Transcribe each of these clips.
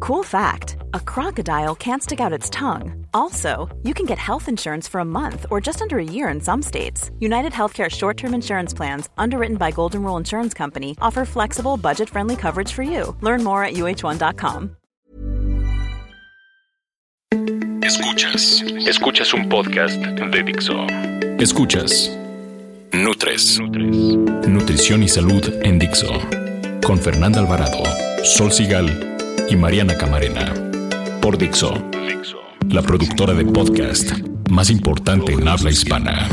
Cool fact a crocodile can't stick out its tongue. Also, you can get health insurance for a month or just under a year in some states. United Healthcare short term insurance plans, underwritten by Golden Rule Insurance Company, offer flexible, budget friendly coverage for you. Learn more at uh1.com. Escuchas, escuchas un podcast de Dixo. Escuchas Nutres, Nutrición y Salud en Dixo. Con Fernanda Alvarado, Sol Sigal y Mariana Camarena. Por Dixo, la productora de podcast más importante en habla hispana.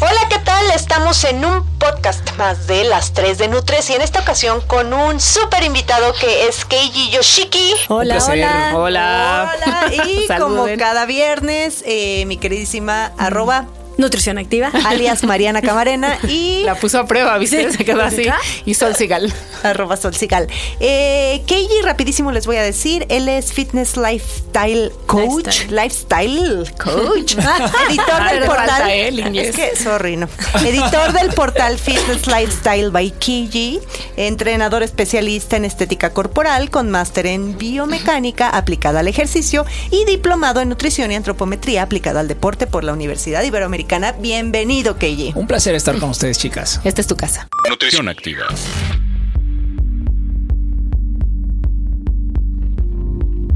Hola, ¿qué tal? Estamos en un podcast más de las 3 de Nutres y en esta ocasión con un súper invitado que es Keiji Yoshiki. Un Hola, placer. hola. Hola. Hola, y como Saluden. cada viernes, eh, mi queridísima Mm. arroba Nutrición activa. alias Mariana Camarena y La puso a prueba, ¿viste? Sí. Se quedó así. Y Sol Sigal. arroba solcical. Eh, Keiji, rapidísimo les voy a decir, él es fitness lifestyle coach, lifestyle, coach, editor Ah, del le falta portal. el inglés. Es que, sorry, no. Editor del portal Fitness Lifestyle by Keiji, entrenador especialista en estética corporal con máster en biomecánica aplicada al ejercicio y diplomado en nutrición y antropometría aplicada al deporte por la Universidad Iberoamericana. Bienvenido, Keiji. Un placer estar con ustedes, chicas. Esta es tu casa. Nutrición activa.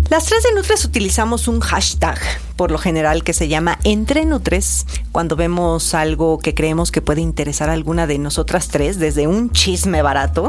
Las tres de Nutres utilizamos un hashtag, por lo general, que se llama Entre Nutres, cuando vemos algo que creemos que puede interesar a alguna de nosotras tres, desde un chisme barato,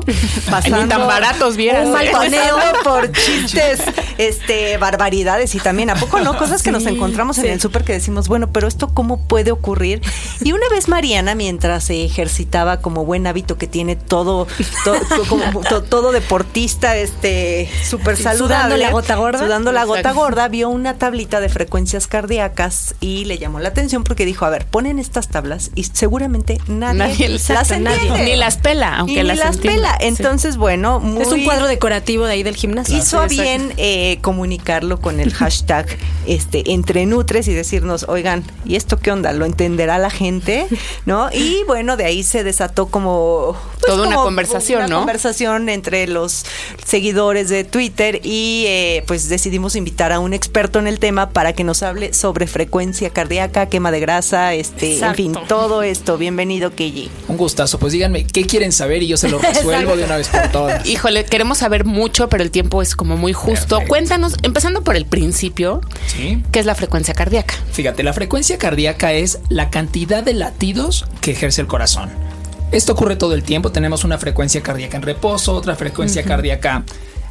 pasando Ni tan baratos vieras. un ¿eh? balconeo por chistes, este, barbaridades y también, ¿a poco no? Cosas que nos encontramos en el súper que decimos, bueno, pero esto cómo puede ocurrir. Y una vez Mariana, mientras se ejercitaba como buen hábito que tiene todo, to- to- como to- todo deportista, este, súper Sí, saludable. sudando la gota gorda. Sudando la gota Exacto. gorda, vio una tablita de frecuencias cardíacas y le llamó la atención porque dijo, a ver, ponen estas tablas y seguramente nadie, Nadie las exacto, nadie. entiende. Ni las pela, aunque Y ni las entienda. pela. Sí. Entonces, bueno, muy Es un cuadro decorativo de ahí del gimnasio. hizo a bien eh, comunicarlo con el hashtag este entre nutres y decirnos oigan y esto qué onda lo entenderá la gente no y bueno de ahí se desató como pues, Toda una como conversación, una ¿no? conversación entre los seguidores de Twitter y eh, pues decidimos invitar a un experto en el tema para que nos hable sobre frecuencia cardíaca quema de grasa este en Exacto. fin todo esto bienvenido Keiji Un gustazo. Pues díganme, ¿qué quieren saber? Y yo se lo resuelvo de una vez por todas. Híjole, queremos saber mucho, pero el tiempo es como muy justo. Perfecto. Cuéntanos, empezando por el principio, Sí. ¿qué es la frecuencia cardíaca? Fíjate, la frecuencia cardíaca es la cantidad de latidos que ejerce el corazón. Esto ocurre todo el tiempo. Tenemos una frecuencia cardíaca en reposo, otra frecuencia cardíaca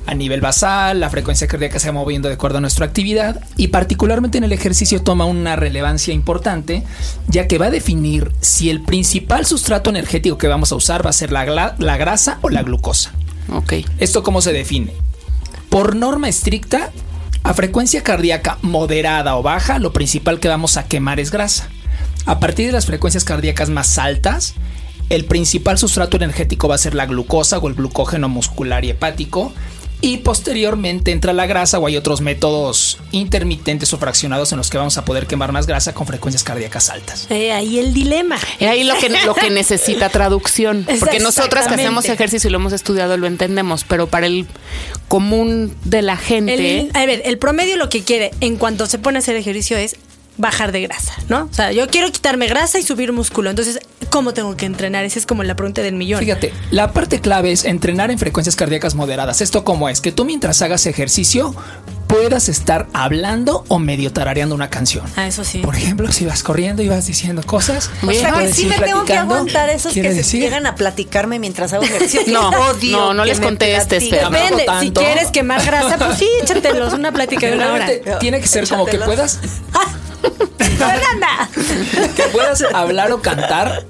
a nivel basal, la frecuencia cardíaca se va moviendo de acuerdo a nuestra actividad y particularmente en el ejercicio toma una relevancia importante ya que va a definir si el principal sustrato energético que vamos a usar va a ser la, gla- la grasa o la glucosa. Ok. ¿Esto cómo se define? Por norma estricta, a frecuencia cardíaca moderada o baja, lo principal que vamos a quemar es grasa. A partir de las frecuencias cardíacas más altas, el principal sustrato energético va a ser la glucosa o el glucógeno muscular y hepático. Y posteriormente entra la grasa o hay otros métodos intermitentes o fraccionados en los que vamos a poder quemar más grasa con frecuencias cardíacas altas. Eh, ahí el dilema. Y Eh, ahí lo que, lo que necesita traducción. Porque nosotras que Exactamente. hacemos ejercicio y lo hemos estudiado lo entendemos, pero para el común de la gente. El- a ver, el promedio lo que quiere en cuanto se pone a hacer ejercicio es bajar de grasa, ¿no? O sea, yo quiero quitarme grasa y subir músculo. Entonces, ¿cómo tengo que entrenar? Esa es como la pregunta del millón. Fíjate, la parte clave es entrenar en frecuencias cardíacas moderadas. ¿Esto cómo es? Que tú mientras hagas ejercicio puedas estar hablando o medio tarareando una canción. Ah, eso sí. Por ejemplo, si vas corriendo y vas diciendo cosas. O sea que puedes sí ir me tengo que platicando. aguantar esos que Quiere se decir- llegan a platicarme mientras hago ejercicio. No, Odio no, no que les me contestes, platiquen. Fer. Depende, Tampoco si tanto. quieres quemar grasa, pues sí, échatelos una plática de una hora. Generalmente Tiene que ser como que Échatelos. puedas, Fernanda. que puedas hablar o cantar,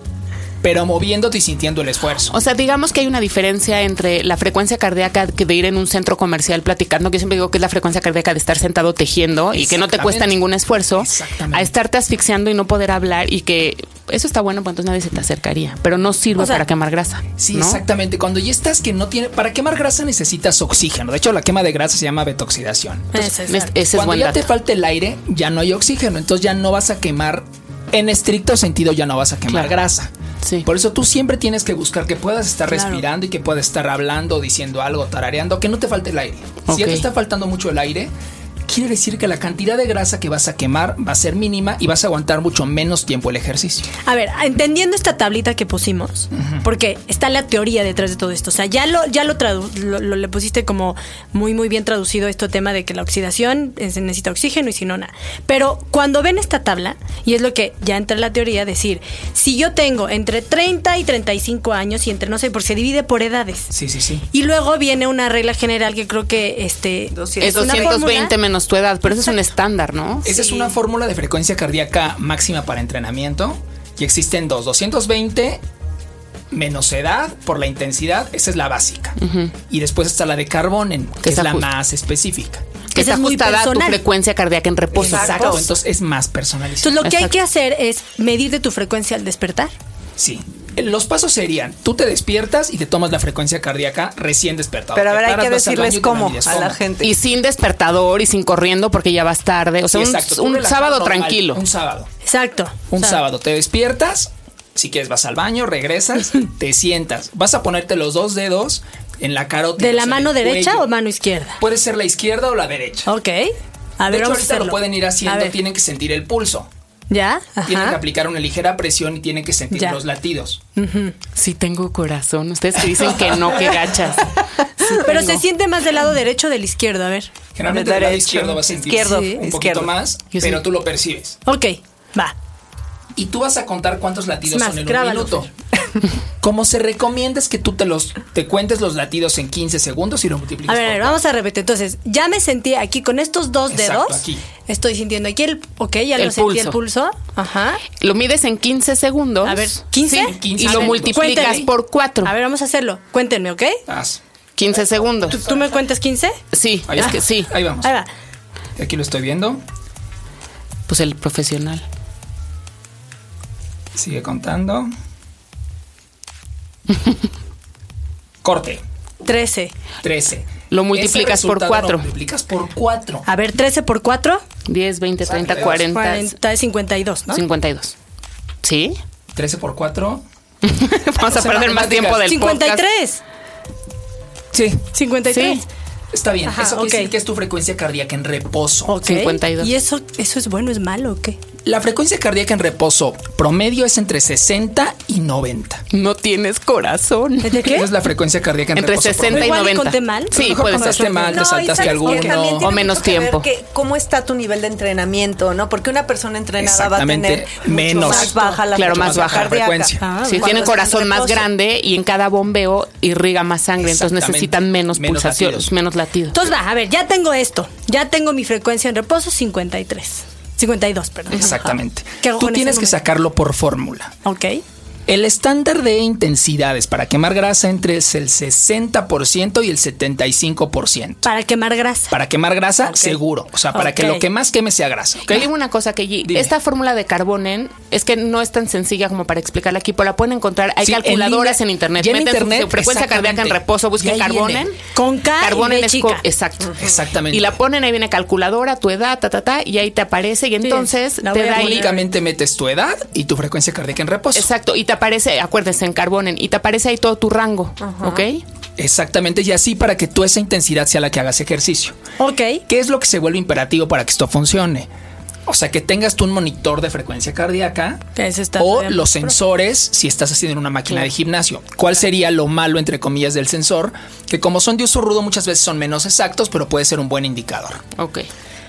pero moviéndote y sintiendo el esfuerzo. O sea, digamos que hay una diferencia entre la frecuencia cardíaca que de ir en un centro comercial platicando, que yo siempre digo que es la frecuencia cardíaca de estar sentado tejiendo y que no te cuesta Exactamente. ningún esfuerzo, Exactamente. a estarte asfixiando y no poder hablar y que eso está bueno, pues entonces nadie se te acercaría, pero no sirve O sea, para quemar grasa. Sí, ¿no? exactamente. Cuando ya estás que no tiene. Para quemar grasa necesitas oxígeno. De hecho, la quema de grasa se llama betoxidación. Eso, Es- exacto. ese es Cuando buen ya dato. te falta el aire, ya no hay oxígeno, entonces ya no vas a quemar en estricto sentido ya no vas a quemar Claro. grasa. Sí. Por eso tú siempre tienes que buscar que puedas estar Claro. respirando y que puedas estar hablando, diciendo algo, tarareando, que no te falte el aire. Si ya te Ok. está faltando mucho el aire, quiere decir que la cantidad de grasa que vas a quemar va a ser mínima y vas a aguantar mucho menos tiempo el ejercicio. A ver, entendiendo esta tablita que pusimos, porque está la teoría detrás de todo esto. O sea, ya lo, ya lo, tradu- lo- lo- le pusiste como muy, muy bien traducido este tema de que la oxidación eh, se necesita oxígeno y si no, nada. Pero cuando ven esta tabla, y es lo que ya entra la teoría, decir, si yo tengo entre 30 y 35 años y entre, no sé, porque se divide por edades. Sí, sí, sí. Y luego viene una regla general que creo que este Es una 220 fórmula. menos tu edad, pero ese es un estándar, ¿no? Esa es una fórmula de frecuencia cardíaca máxima para entrenamiento y existen dos, 220 menos edad por la intensidad, esa es la básica. Y después está la de Carbonen, que Que es se la ajusta. más específica. Que Esa está es muy ajustada a tu personal. frecuencia cardíaca en reposo. Exacto, entonces es más personalizado. Entonces lo que hay Exacto. que hacer es medir de tu frecuencia al despertar. Sí. Los pasos serían, tú te despiertas y te tomas la frecuencia cardíaca recién despertado. Pero a ver, Te hay paras, que vas al baño y decirles te la cómo mides. a la ¿Cómo? gente. Y sin despertador y sin corriendo porque ya vas tarde. O sea, Sí, un- exacto, tú un, relajado, sábado normal, tranquilo. Un sábado. Exacto. Un O sea, sábado te despiertas, si quieres vas al baño, regresas, te sientas. Vas a ponerte los dos dedos en la carota. ¿De la mano derecha o mano izquierda? Puede ser la izquierda o la derecha. Ok. A de ver, hecho, vamos a ahorita lo hacerlo. pueden ir A haciendo, ver, tienen que sentir el pulso. ¿Ya? Tienen que Ajá. aplicar una ligera presión y tienen que sentir Ya. los latidos. Sí tengo corazón. Ustedes que dicen que no, que gachas. Sí Pero tengo. se siente más del lado derecho o del izquierdo, a ver. Generalmente A ver, del lado derecho, izquierdo vas a sentir izquierdo, un poquito izquierdo. más, Yo sí. pero tú lo percibes. Ok, va. y tú vas a contar cuántos latidos Es más, son en un grábalo, minuto. Como se recomienda es que tú te los te cuentes los latidos en 15 segundos y lo A multiplicas ver, a ver, por vamos a repetir. Entonces, ya me sentí aquí con estos dos Exacto, dedos. aquí. Estoy sintiendo aquí el. Ok, ya El lo sentí el pulso. pulso. Ajá. Lo mides en 15 segundos. A ver, ¿15? Sí, 15 y A lo ver, multiplicas cuéntale. por 4. A ver, vamos a hacerlo. Cuéntenme, ¿ok? Haz. 15 segundos. ¿Tú, tú me cuentas 15? Sí, Ahí es va. que sí. Ahí vamos. Ahí va. Aquí lo estoy viendo. Pues el profesional. Sigue contando. Corte. 13. 13. Lo Ese multiplicas por resultado cuatro. Lo multiplicas por 4. A ver, 13 por 4, 10, 20, 30, 40, 40, 52, ¿no? 52. ¿Sí? 13 por 4. Vamos a Pues Son perder más matemáticas. tiempo del podcast. 53. Sí. 53. Sí. Está bien. Ajá, Eso quiere ok. decir que es tu frecuencia cardíaca en reposo. Ok. 52. ¿Y eso, eso es bueno, es malo o qué? La frecuencia cardíaca en reposo promedio es entre 60 y 90. No tienes corazón. ¿De qué? Esa es la frecuencia cardíaca en Entre reposo 60 y Igual y 90. conté mal. A lo Sí, mejor este puede contaste ser. mal. te No, y ¿sabes saltaste qué? alguno. También tiene O menos mucho que ver tiempo. que cómo está tu nivel de entrenamiento, ¿no? Porque una persona entrenada va a tener Exactamente, mucho menos. más baja la Claro, frecuencia más baja la cardíaca. frecuencia. Ah, Sí, Cuando tienen está en corazón más reposo. grande y en cada bombeo irriga más sangre, entonces Exactamente. necesitan menos, Menos pulsaciones, latidos. menos latidos. Entonces va, a ver, ya tengo esto. Ya tengo mi frecuencia en reposo 53. 52, perdón. Exactamente. ¿Qué hago Tú con ese tienes que número? sacarlo por fórmula. Ok. El estándar de intensidades para quemar grasa entre es el 60% y el 75%. Para quemar grasa. Para quemar grasa, seguro. O sea, para que Ok. lo que más queme sea grasa. ¿ok? Te digo una cosa que G, Dime. esta fórmula de Carbonen es que no es tan sencilla como para explicarla aquí, pero la pueden encontrar. Hay Sí, en calculadoras en, línea. internet. Ya en Meten su- internet, su frecuencia cardíaca en exactamente. reposo, busquen Y ahí viene. Carbonen. Con K y Carbonen B es chica. con- exacto. Exactamente. Y la ponen, ahí viene calculadora, tu edad, ta, ta, ta, y ahí te aparece. Y entonces la te voy a da poner. ahí Únicamente metes tu edad y tu frecuencia cardíaca en reposo. Exacto, y te aparece, acuérdense, en carbonen, y te aparece ahí todo tu rango, ¿ok? Exactamente. Y así para que tú esa intensidad sea la que hagas ejercicio. Ok. ¿Qué es lo que se vuelve imperativo para que esto funcione? O sea, que tengas tú un monitor de frecuencia cardíaca Que ese está o todavía los más pro. sensores si estás haciendo en una máquina de gimnasio. ¿Cuál sería lo malo, entre comillas, del sensor? Que como son de uso rudo muchas veces son menos exactos, pero puede ser un buen indicador. Ok.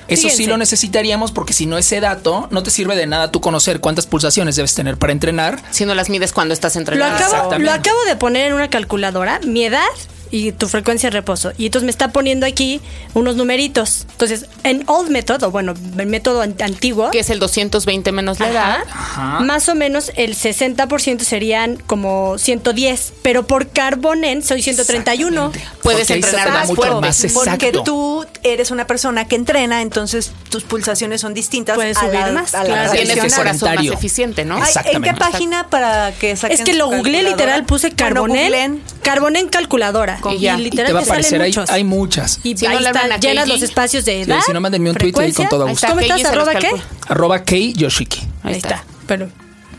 Eso sí Fíjense. lo necesitaríamos porque si no ese dato, no te sirve de nada tú conocer cuántas pulsaciones debes tener para entrenar. Si no las mides cuando estás Lo entrenando. acabo, Exactamente. lo acabo de poner en una calculadora, mi edad y tu frecuencia de reposo. Y entonces me está poniendo aquí unos numeritos. Entonces, en old method, o bueno, el método an- antiguo, que es el 220 menos la edad. Ajá. Más o menos el 60% serían como 110, pero por carbonen soy 131. Puedes Porque ahí se entrenar tarda más mucho fuerte. más Porque exacto. tú eres una persona que entrena, entonces tus pulsaciones son distintas. Puedes a subir las- más, a las claro. tradicionales. Tienes el corazón más sedentario. eficiente, ¿no? Ay, ¿En qué Exactamente. página para que saquen Es que su lo googleé calculadora? literal, puse Bueno, carbonen, googleen. carbonen calculadora. Con- y, ya. Y literal te va a te salen aparecer, hay, muchos. hay muchas. Y Si no ahí le está, hablan a llenas Keiji. los espacios de Sí, edad. si no, mándenme un tweet ahí con todo gusto. frecuencia. ¿Cómo estás? Keiji se los ¿Arroba qué? calcula. Arroba K Yoshiki. Ahí está. pero.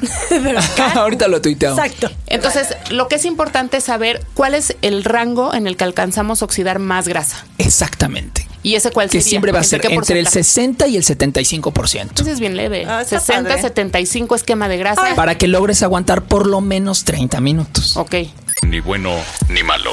pero acá- Ahorita lo tuiteo. Exacto. Entonces, lo que es importante es saber cuál es el rango en el que alcanzamos a oxidar más grasa. Exactamente. Y ese cuál Que sería? siempre va a ser qué entre el porcentaje? 60 y el 75%. Entonces es bien leve. Ah, está 60, padre. 75 es quema de grasa. Ah, Para que logres aguantar por lo menos 30 minutos. Ok. Ni bueno ni malo.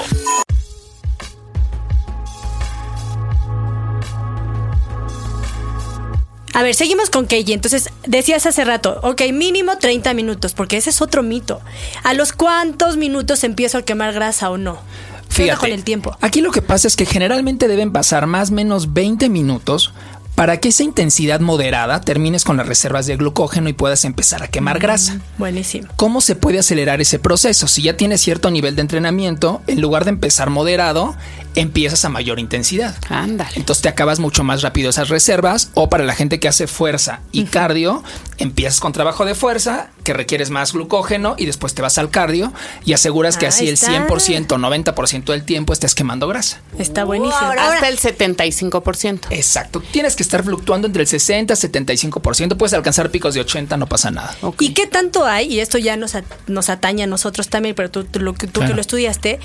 A ver, seguimos con Keiji. Entonces, decías hace rato, ok, mínimo 30 minutos, porque ese es otro mito. ¿A los cuántos minutos empiezo a quemar grasa o no? ¿Qué onda Fíjate, con el tiempo? Aquí lo que pasa es que generalmente deben pasar más o menos 20 minutos para que esa intensidad moderada termines con las reservas de glucógeno y puedas empezar a Mm. quemar grasa. Buenísimo. ¿Cómo se puede acelerar ese proceso? Si ya tienes cierto nivel de entrenamiento, en lugar de empezar moderado, empiezas a mayor intensidad. Ándale. Entonces te acabas mucho más rápido esas reservas o para la gente que hace fuerza y cardio, empiezas con trabajo de fuerza que requieres más glucógeno y después te vas al cardio y aseguras que Ahí así el está. 100% o 90% del tiempo estés quemando grasa. Está buenísimo. Hasta el 75%. Exacto, tienes que estar fluctuando entre el 60 y 75%, puedes alcanzar picos de 80, no pasa nada. Ok. ¿Y qué tanto hay? Y esto ya nos, a- nos atañe a nosotros también, pero tú, tú lo que- tú Claro. que lo estudiaste,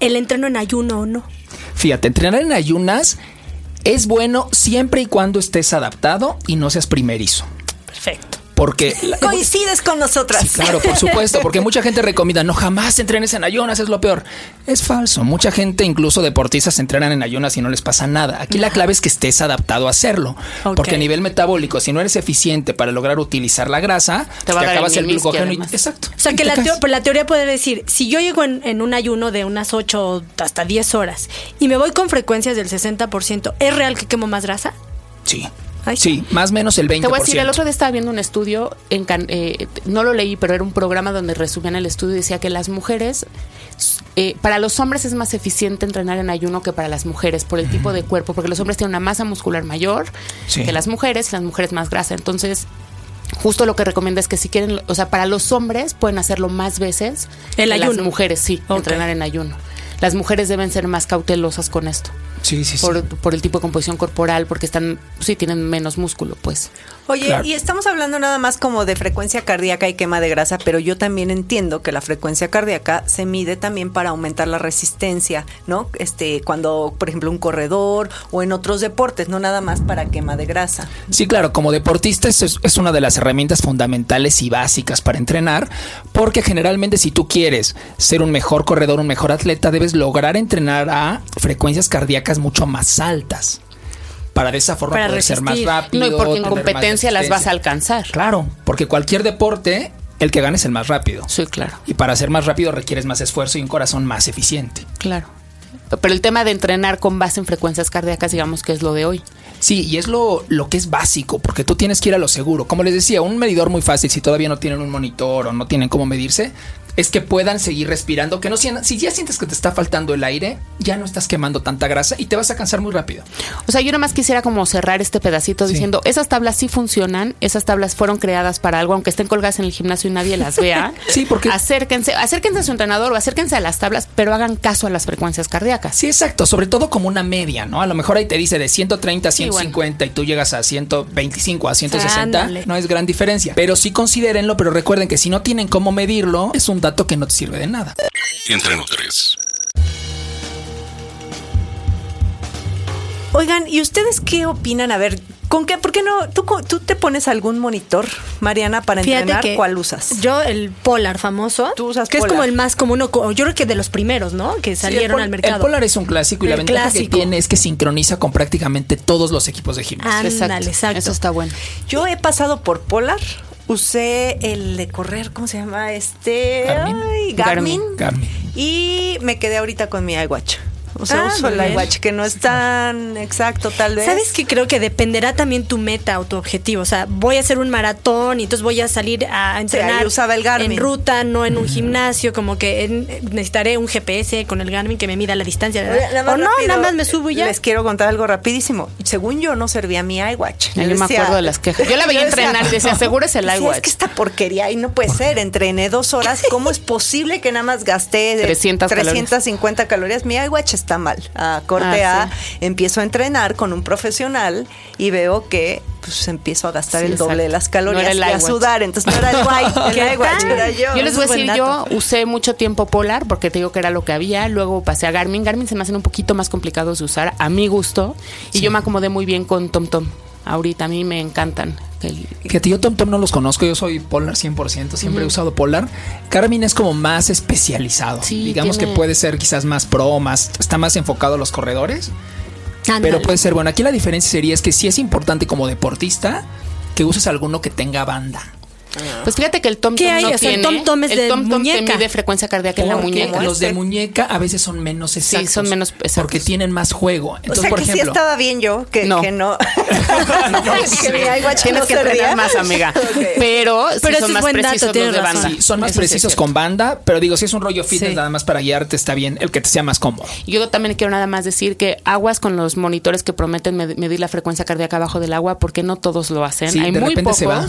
¿el entreno en ayuno o no? Fíjate, entrenar en ayunas es bueno siempre y cuando estés adaptado y no seas primerizo. Perfecto. Porque la- Pues, Coincides con nosotras. Sí, claro, por supuesto, porque mucha gente recomienda, no jamás entrenes en ayunas, es lo peor. Es falso, mucha gente, incluso deportistas, entrenan en ayunas y no les pasa nada. Aquí la clave es que estés adaptado a hacerlo, Ok. porque a nivel metabólico, si no eres eficiente para lograr utilizar la grasa, Te te, va a dar acabas el el ñoñisqui, glucógeno. y- además. exacto. O sea, y que te la, caes. teo- pues, la teoría puede decir, si yo llego en, en un ayuno de unas 8 hasta 10 horas y me voy con frecuencias del 60%, ¿es real que quemo más grasa? Sí. Ay. Sí, más o menos el Te 20%. voy a decir, el otro día estaba viendo un estudio, en Can- eh, no lo leí, pero era un programa donde resumían el estudio y decía que las mujeres, eh, para los hombres es más eficiente entrenar en ayuno que para las mujeres por el tipo de cuerpo, porque los hombres tienen una masa muscular mayor Sí. que las mujeres y las mujeres más grasa. Entonces, justo lo que recomienda es que si quieren, o sea, para los hombres pueden hacerlo más veces El que ayuno. Las mujeres, sí, Ok. entrenar en ayuno. Las mujeres deben ser más cautelosas con esto, Sí, sí, sí. por, por el tipo de composición corporal, porque están, sí, tienen menos músculo, pues. Oye, Claro. y estamos hablando nada más como de frecuencia cardíaca y quema de grasa, pero yo también entiendo que la frecuencia cardíaca se mide también para aumentar la resistencia, ¿no? Este, cuando, por ejemplo, un corredor o en otros deportes, no nada más para quema de grasa. Sí, claro, como deportista es- es, es una de las herramientas fundamentales y básicas para entrenar, porque generalmente si tú quieres ser un mejor corredor, un mejor atleta, debes lograr entrenar a frecuencias cardíacas mucho más altas. Para de esa forma Para poder ser más resistir. rápido. No, y porque en tener más competencia las vas a resistencia. alcanzar. Claro, porque cualquier deporte, el que gane es el más rápido. Sí, claro, Y para ser más rápido requieres más esfuerzo y un corazón más eficiente. claro. Pero el tema de entrenar con base en frecuencias cardíacas, digamos que es lo de hoy. Sí, y es lo, lo que es básico, porque tú tienes que ir a lo seguro. Como les decía, un medidor muy fácil, si todavía no tienen un monitor o no tienen cómo medirse, es que puedan seguir respirando, que no sientan, si ya sientes que te está faltando el aire, ya no estás quemando tanta grasa y te vas a cansar muy rápido. O sea, yo nada más quisiera como cerrar este pedacito Sí. diciendo, esas tablas sí funcionan, esas tablas fueron creadas para algo, aunque estén colgadas en el gimnasio y nadie las vea. Sí, porque- Acérquense, acérquense a su entrenador o acérquense a las tablas, pero hagan caso a las frecuencias cardíacas. Sí, exacto, sobre todo como una media, ¿no? A lo mejor ahí te dice de 130 a Sí, bueno. 150 y tú llegas a 125 a 160, Ándale. no es gran diferencia. Pero sí considérenlo, pero recuerden que si no tienen cómo medirlo, es un dato que no te sirve de nada. Entre Nutres. Oigan, ¿y ustedes qué opinan? A ver, ¿con qué? ¿Por qué no? ¿Tú, co- tú te pones algún monitor, Mariana, para entrenar? ¿Cuál usas? Yo el Polar famoso, Tú usas que es como Polar. el más común, o co- yo creo que de los primeros, ¿no? Que Sí, el, salieron al Pol- mercado. el Polar es un clásico y la El ventaja clásico. que tiene es que sincroniza con prácticamente todos los equipos de Ah. gimnasio. Ándale, exacto. Eso está bueno. Yo he pasado por Polar, usé el de correr, ¿cómo se llama? Este. Garmin. ay, Garmin. Garmin. Y me quedé ahorita con mi iWatch. O sea, Ah, uso muy el bien. iWatch, que no es tan exacto, tal vez. ¿Sabes que Creo que dependerá también tu meta o tu objetivo. O sea, voy a hacer un maratón y entonces voy a salir a entrenar ahí usaba el Garmin. en ruta, no en un gimnasio, como que en- necesitaré un GPS con el Garmin que me mida la distancia. ¿verdad? Oye, ¿Eh? nada más o no, rápido, nada más me subo y ya. Les quiero contar algo rapidísimo. Según yo, no servía mi iWatch. Yo me decía- acuerdo de las quejas. Yo la veía decía- entrenar y decía, seguro es el Decía, Es iWatch. que esta porquería y no puede ser. Entrené dos horas. ¿Cómo es posible que nada más gasté de 300 calorías. 350 calorías? Mi iWatch está mal. A corte Ah, A, empiezo a entrenar con un profesional y veo que pues empiezo a gastar Sí, el doble exacto. de las No era calorías el y a iWatch. sudar. Entonces no era el guay, el iWatch era yo. Ah, Yo les Es voy a un decir, buen yo dato. usé mucho tiempo Polar porque te digo que era lo que había. Luego pasé a Garmin. Garmin se me hacen un poquito más complicados de usar, a mi gusto. Y yo me acomodé muy bien con TomTom. Ahorita a mí me encantan. El- Fíjate, yo TomTom no los conozco, yo soy Polar 100%, siempre he usado Polar. Garmin es como más especializado. Sí, Digamos tiene- que puede ser quizás más pro, más está más enfocado a los corredores, pero Ándale. puede ser bueno. Aquí la diferencia sería es que sí es importante como deportista que uses alguno que tenga banda. Pues fíjate que el TomTom ¿Qué hay? no O sea, el tiene. TomTom es de te muñeca. mide frecuencia cardíaca en la Porque muñeca. Los de muñeca a veces son menos exactos. son menos Porque exactos. tienen más juego. Entonces, o sea por que ejemplo, sí estaba bien yo, que No. no. Que no. Sí. que mi iWatch Tienes no que servía. entrenar más, amiga. Ok. Pero, sí Pero ese son es más buen dato, precisos los tienes de razón. banda. sí, son más Eso sí es precisos cierto. con banda, pero digo, si es un rollo fitness Sí. nada más para guiarte, está bien el que te sea más cómodo. Yo también quiero nada más decir que aguas con los monitores que prometen med- medir la frecuencia cardíaca abajo del agua, porque no todos lo hacen. Sí, Hay de muy repente pocos, se va.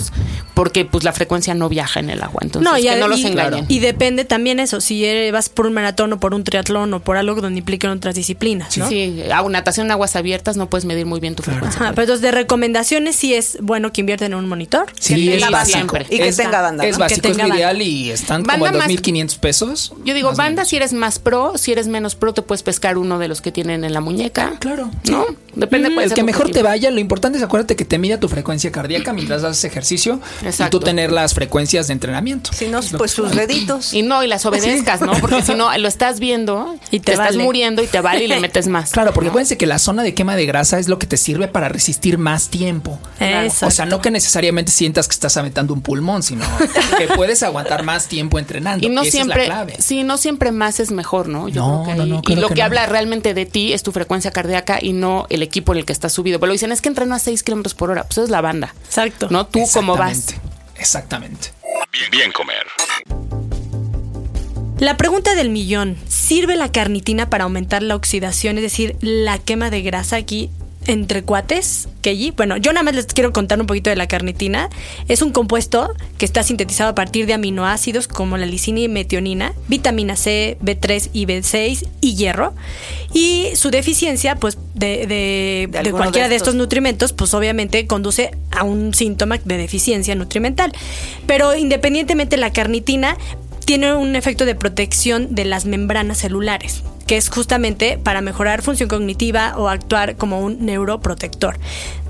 porque pues la frecuencia no viaja en el agua, entonces No, y, que no los y- engañen. y depende también eso, si eres- vas por un maratón o por un triatlón o por algo donde impliquen otras disciplinas, ¿no? Sí, a natación en aguas abiertas no puedes medir muy bien tu frecuencia. Ajá, pero entonces de recomendaciones sí es bueno que invierten en un monitor. Sí, tenga es banda básico. siempre. Y que es, tenga banda, Es ¿no? básico, Que es lo tenga banda. ideal y están como Banda en más- 2.500 pesos. Yo digo, Más o banda, menos. si eres más pro, si eres menos pro, te puedes pescar uno de los que tienen en la muñeca. Claro. ¿No? Depende Mm, cuál El sea que tu mejor te objetivo. vaya, lo importante es acuérdate que te mida tu frecuencia cardíaca mientras haces ejercicio Exacto. y tú tener las frecuencias de entrenamiento. Si no, pues sus deditos. Y no, y las obedezcas, ¿no? Porque si no, lo estás viendo Y y te te, estás vale. muriendo y te vale y le metes más. Claro, porque acuérdense que la zona de quema de grasa es lo que te sirve para resistir más tiempo. Exacto. O sea, no que necesariamente sientas que estás aventando un pulmón, sino que puedes aguantar más tiempo entrenando. Y no Esa siempre, es la clave. sí, no siempre más es mejor, ¿no? No, no, no, ahí- y claro lo que que, no. habla realmente de ti es tu frecuencia cardíaca y no el equipo en el que estás subido. Pero dicen, es que entreno a 6 kilómetros por hora. Pues eso es la banda. Exacto. No tú cómo vas. Exactamente, Exactamente. Bien, bien comer. La pregunta del millón, ¿sirve la carnitina para aumentar la oxidación, es decir, la quema de grasa aquí entre cuates? Que allí, bueno, yo nada más les quiero contar un poquito de la carnitina. Es un compuesto que está sintetizado a partir de aminoácidos como la lisina y metionina, vitamina C, B3 y B6 y hierro. Y su deficiencia, pues, de, de- de alguno cualquiera de de estos estos. nutrimentos, pues obviamente conduce a un síntoma de deficiencia nutrimental. Pero independientemente la carnitina tiene un efecto de protección de las membranas celulares, que es justamente para mejorar función cognitiva o actuar como un neuroprotector.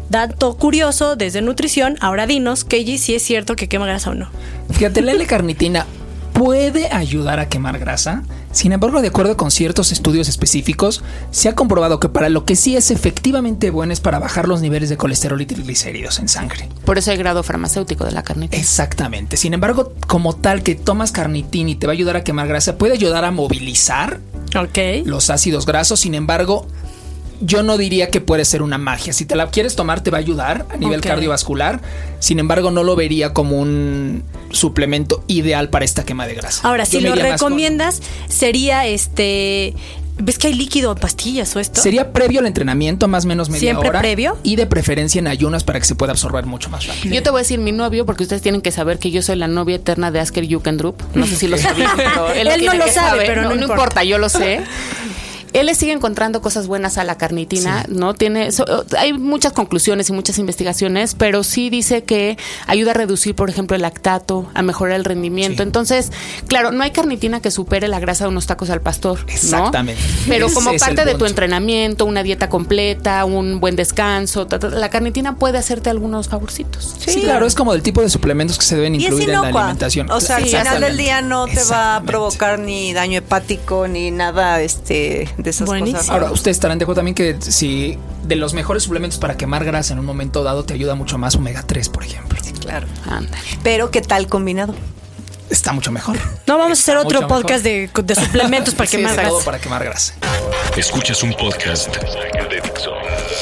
Dato curioso desde nutrición, ahora dinos, Keiji, si es cierto que quema grasa o no. Fíjate, la L-carnitina puede ayudar a quemar grasa. Sin embargo, de acuerdo con ciertos estudios específicos, se ha comprobado que para lo que sí es efectivamente bueno es para bajar los niveles de colesterol y triglicéridos en sangre. Por eso hay grado farmacéutico de la carnita. Exactamente. Sin embargo, como tal que tomas carnitina y te va a ayudar a quemar grasa, puede ayudar a movilizar Ok. los ácidos grasos. Sin embargo, yo no diría que puede ser una magia. Si te la quieres tomar, te va a ayudar a nivel Ok. cardiovascular. Sin embargo, no lo vería como un suplemento ideal para esta quema de grasa. Ahora, Yo si me lo iría más con- recomiendas, sería este... ¿Ves que hay líquido, pastillas o esto? Sería previo al entrenamiento, más o menos media ¿Siempre hora. previo? Y de preferencia en ayunas para que se pueda absorber mucho más rápido. Yo te voy a decir mi novio, porque ustedes tienen que saber que yo soy la novia eterna de Asker Yukendrup. No sé si lo sabían, pero él, Él no tiene lo que sabe, saber. pero no importa. yo lo sé. Él le sigue encontrando cosas buenas a la carnitina, ¿no? Tiene, so- hay muchas conclusiones y muchas investigaciones, pero sí dice que ayuda a reducir, por ejemplo, el lactato, a mejorar el rendimiento. Sí. Entonces, claro, no hay carnitina que supere la grasa de unos tacos al pastor. ¿no? Exactamente. Pero Ese como es el parte de tu punto. entrenamiento, una dieta completa, un buen descanso, ta, ta, la carnitina puede hacerte algunos favorcitos. Sí, claro, es como del tipo de suplementos que se deben Y es incluir en la inocua. alimentación. O sea, al final del Exactamente. día no te va a Exactamente. provocar ni daño hepático ni nada este, de esas Buenísimo. cosas. Ahora, ustedes estarán de acuerdo también que si de los mejores suplementos para quemar grasa en un momento dado te ayuda mucho más omega 3, por ejemplo. claro. Ándale. Pero ¿qué tal combinado? Está mucho mejor. No, vamos a hacer Está otro mucho mejor. podcast de, de suplementos para Sí, quemar está todo grasa. para quemar grasa. Escuchas un podcast de Dixo.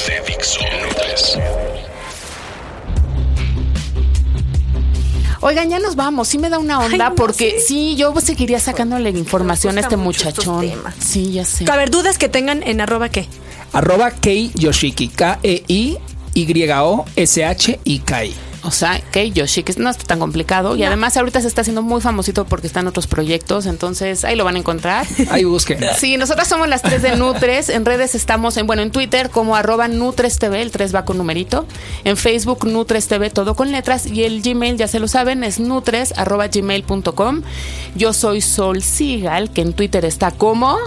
De Dixo. Nutres. Oigan, ya nos vamos. Sí me da una onda porque sí, yo seguiría sacándole información a este muchachón. Sí, ya sé. A ver, dudas que tengan en arroba qué. Arroba Kei Yoshiki. K-E-I. Y-O-S-H-I-K-I. O sea, que Yoshi, que no está tan complicado. Y además ahorita se está haciendo muy famosito porque están otros proyectos, entonces ahí lo van a encontrar. Ahí busquen. Sí, nosotras somos las tres de Nutres. En redes estamos en, bueno, en Twitter como arroba Nutres TV, el 3 va con numerito. En Facebook Nutres TV, todo con letras. Y el Gmail, ya se lo saben, es nutres arroba gmail.com. Yo soy Sol Sigal, que en Twitter está como...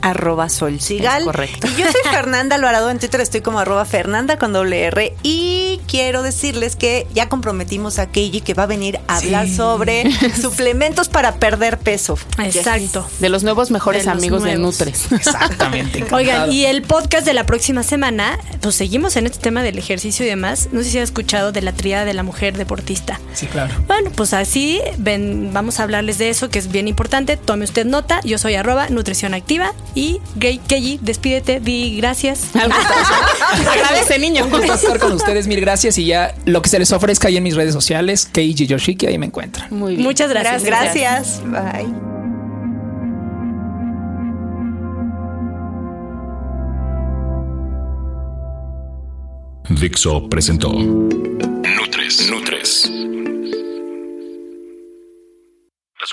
arroba Sol Sigal. Es correcto. Y yo soy Fernanda Alvarado, en Twitter estoy como arroba Fernanda con doble R. Y quiero decirles que ya comprometimos a Keiji que va a venir a hablar sobre suplementos para perder peso. Exacto. De los nuevos mejores De los amigos de nuevos. Nutres. Exactamente. Oigan, y el podcast de la próxima semana, pues seguimos en este tema del ejercicio y demás. No sé si has escuchado de la tríada de la mujer deportista. Sí, claro. Bueno, pues así ven, vamos a hablarles de eso, que es bien importante. Tome usted nota. Yo soy arroba nutrición activa y Gay Kelly, despídete, di gracias. Algo está- Agradece, niño. Un gusto estar con ustedes, mil gracias. Y ya lo que se les ofrezca ahí en mis redes sociales, Keiji Yoshiki, ahí me encuentran. Muy bien. Muchas gracias. Gracias. Bye. Dixo presentó Nutres, Nutres. Las